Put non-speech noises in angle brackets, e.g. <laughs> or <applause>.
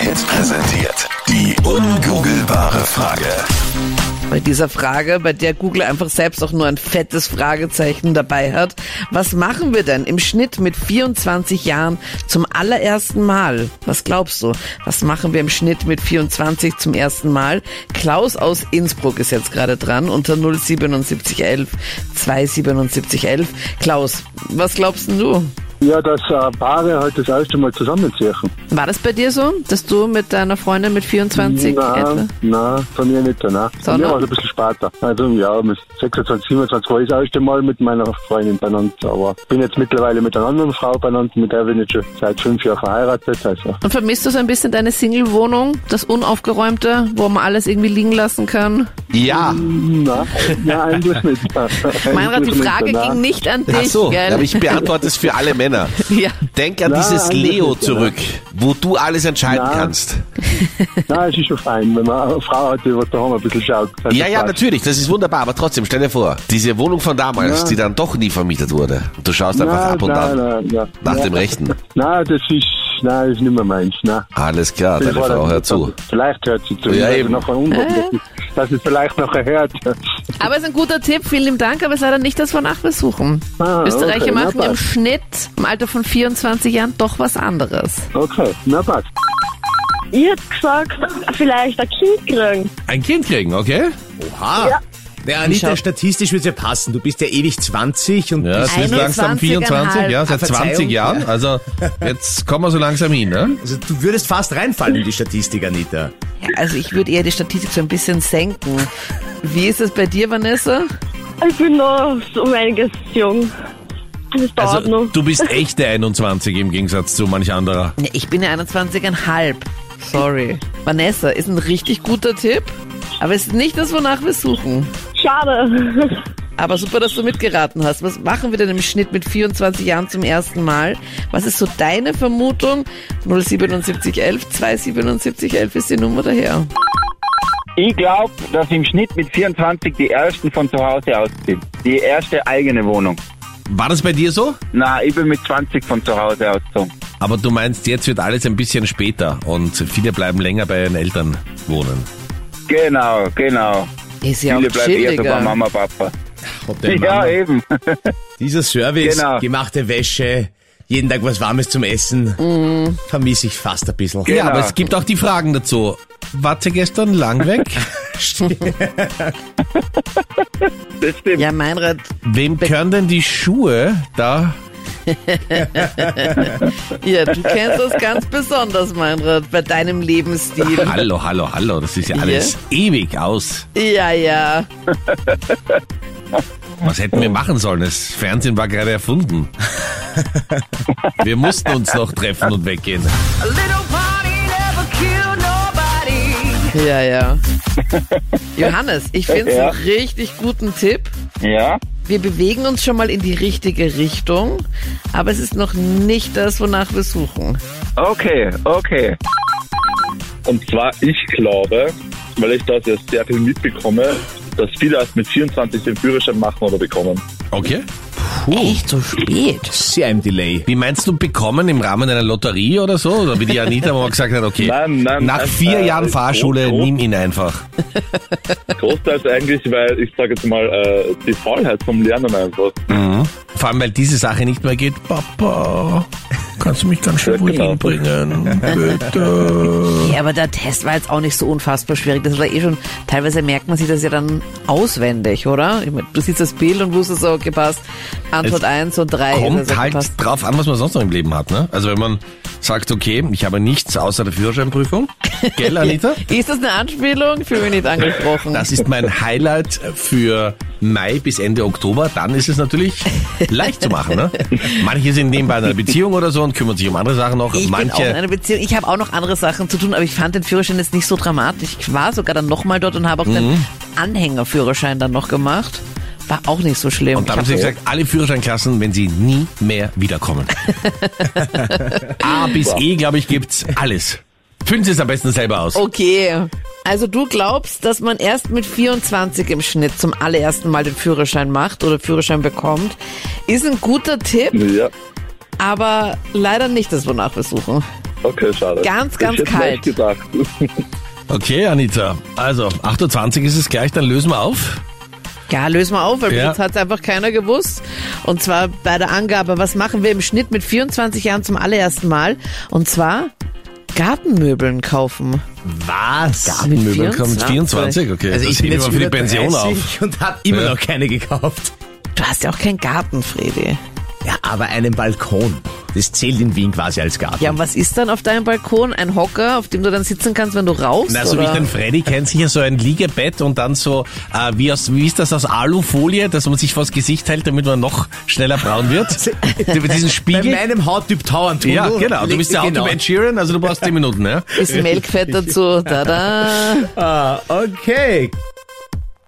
Hits präsentiert die ungoogelbare Frage. Bei dieser Frage, bei der Google einfach selbst auch nur ein fettes Fragezeichen dabei hat. Was machen wir denn im Schnitt mit 24 Jahren zum allerersten Mal? Was glaubst du? Was machen wir im Schnitt mit 24 zum ersten Mal? Klaus aus Innsbruck ist jetzt gerade dran unter 07711 27711. Klaus, was glaubst denn du? Ja, dass äh, Paare halt das erste Mal zusammenziehen. War das bei dir so, dass du mit deiner Freundin mit 24 etwa? Nein, nein, von mir nicht. Nein. Von mir Sondern? war es ein bisschen später. Also ja, mit 26, 27 war ich das erste Mal mit meiner Freundin beieinander. Aber bin jetzt mittlerweile mit einer anderen Frau beieinander, mit der bin ich schon seit fünf Jahren verheiratet. Also Und vermisst du so ein bisschen deine Single-Wohnung, das Unaufgeräumte, wo man alles irgendwie liegen lassen kann? Ja. nein, <laughs> nein eigentlich nicht. Meinrad, die Eigentlich Frage nein. ging nicht an dich, Ach so, gell? aber ich beantworte es für alle Männer. <laughs> Ja. Denk an Na, dieses eigentlich Leo nicht, ja. zurück, wo du alles entscheiden Na. kannst. Nein, es ist schon fein, wenn man eine Frau hat, die was daheim ein bisschen schaut. Also Ja, ja, passt. natürlich, das ist wunderbar, aber trotzdem, stell dir vor, diese Wohnung von damals, die dann doch nie vermietet wurde. Und du schaust einfach Nein, ab und nein, an nein, nein. nach Nein. dem Rechten. Nein, das ist, nein, das ist nicht mehr meins. Nein. Alles klar, Das deine war Frau dann- hört zu. Vielleicht hört sie zu. Ja, Also eben. <laughs> Nachher unten, dass sie es vielleicht nachher hört. Aber es ist ein guter Tipp, vielen lieben Dank, aber es ist leider nicht das, wir nachbesuchen. Ah, Österreicher okay, na machen im passt. Schnitt im Alter von 24 Jahren doch was anderes. Okay, na passt. Ich hätte gesagt, vielleicht ein Kind kriegen. Ein Kind kriegen, okay? Oha. Ja. Ah, Der Anita, schau- statistisch würde es ja passen. Du bist ja ewig 20 und Ja, bist, es ist langsam halt 24, ja, seit Ah, Verzeihung. 20 Jahren. Also jetzt kommen wir so langsam hin, ne? also du würdest fast reinfallen in die Statistik, Anita. Ja, also ich würde eher die Statistik so ein bisschen senken. Wie ist es bei dir, Vanessa? Ich bin noch so um einiges jung. Das dauert Also noch. du bist echte 21 im Gegensatz zu manch anderer. Ja, Ich bin ja 21,5. Sorry. Vanessa ist ein richtig guter Tipp, aber es ist nicht das, wonach wir suchen. Schade. Aber super, dass du mitgeraten hast. Was machen wir denn im Schnitt mit 24 Jahren zum ersten Mal? Was ist so deine Vermutung? 07711 27711 ist die Nummer daher. Ich glaube, dass im Schnitt mit 24 die ersten von zu Hause ausziehen. Die erste eigene Wohnung. War das bei dir so? Na, ich bin mit 20 von zu Hause ausgezogen. Aber du meinst, jetzt wird alles ein bisschen später und viele bleiben länger bei ihren Eltern wohnen. Genau, genau. Ist ja Viele auch bleiben eher so bei chilliger. Mama, Papa. Ob der ja, Mann, eben. <laughs> dieser Service, Genau. gemachte Wäsche, jeden Tag was Warmes zum Essen, Mhm. vermisse ich fast ein bisschen. Genau. Ja, aber es gibt auch die Fragen dazu. Warte gestern lang <laughs> weg? Das stimmt. Ja, Meinrad, Wem gehören denn die Schuhe da? ja, du kennst das ganz besonders, Meinrad, bei deinem <laughs> Lebensstil. Hallo, hallo, hallo, das ist ja alles ewig aus. Ja, ja. Was hätten wir machen sollen? Das Fernsehen war gerade <laughs> erfunden. Wir mussten uns noch treffen und weggehen. Ja, ja. Johannes, ich finde es Ja. einen richtig guten Tipp. Ja, Wir bewegen uns schon mal in die richtige Richtung, aber es ist noch nicht das, wonach wir suchen. okay, okay. Und zwar, ich glaube, weil ich das ja sehr viel mitbekomme, dass viele erst mit 24 den Führerschein machen oder bekommen. Okay. Echt so spät? Sehr im Delay. Wie meinst du bekommen im Rahmen einer Lotterie oder so? Oder wie die Anita mal gesagt hat, okay, Nein, nein, nach nein, vier äh, Jahren groß, Fahrschule, groß. nimm ihn einfach. Großteils eigentlich, weil ich sage jetzt mal, äh, die Faulheit vom Lernen einfach. Vor allem, weil diese Sache nicht mehr geht. Papa, kannst du mich ganz schnell genau. wohin bringen? Bitte. Ja, aber der Test war jetzt auch nicht so unfassbar schwierig. Das war eh schon, teilweise merkt man sich das ja dann auswendig, oder? Ich mein, du siehst das Bild und wusstest so, okay, passt. Antwort Es 1 und 3. Kommt halt drauf an, was man sonst noch im Leben hat. Ne? Also wenn man sagt, okay, ich habe nichts außer der Führerscheinprüfung. <laughs> Gell, Anita? Ist das eine Anspielung? Fühle mich nicht angesprochen. Das ist mein Highlight für Mai bis Ende Oktober. Dann ist es natürlich leicht zu machen. Ne? Manche sind nebenbei in einer Beziehung oder so und kümmern sich um andere Sachen noch. ich bin auch in Manche. einer Beziehung. Ich habe auch noch andere Sachen zu tun, aber ich fand den Führerschein jetzt nicht so dramatisch. Ich war sogar dann nochmal dort und habe auch Mhm. den Anhängerführerschein dann noch gemacht. War auch nicht so schlimm. Und da Ich haben sie hab- gesagt, alle Führerscheinklassen, wenn sie nie mehr <laughs> wiederkommen. A bis E, glaube ich, gibt's alles. Füllen Sie es am besten selber aus. Oh. Okay. Also du glaubst, dass man erst mit 24 im Schnitt zum allerersten Mal den Führerschein macht oder Führerschein bekommt. Ist ein guter Tipp, Ja. aber leider nicht das, wonach wir suchen. Okay, schade. Ganz, ganz ich hätte kalt. Nicht gedacht. Okay, Anita. Also, 8.20 Uhr ist es gleich, dann lösen wir auf. Ja, lösen wir auf, weil bis Ja. jetzt hat es einfach keiner gewusst. Und zwar bei der Angabe, was machen wir im Schnitt mit 24 Jahren zum allerersten Mal? Und zwar Gartenmöbeln kaufen. Was? Möbel kommt 24? 24, okay. Also das ich hebt bin jetzt aber für die wieder Pension auf. 30 und hab immer Ja. noch keine gekauft. Du hast ja auch keinen Garten, Fredi. Ja, aber einen Balkon. Das zählt in Wien quasi als Garten. Ja, und was ist dann auf deinem Balkon? Ein Hocker, auf dem du dann sitzen kannst, wenn du rauchst? Na, so wie oder? ich den Freddy kennt, sicher so ein Liegebett und dann so, äh, wie, aus, wie ist das aus Alufolie, dass man sich vors Gesicht hält, damit man noch schneller braun <laughs> wird? Über diesen Bei Spiegel? meinem Hauttyp Tauerntunnel. Ja, genau. Du bist der genau. Auto Ed Sheeran, also du brauchst 10 Minuten, ja? Bisschen Melkfett dazu. Tada. Ah, okay.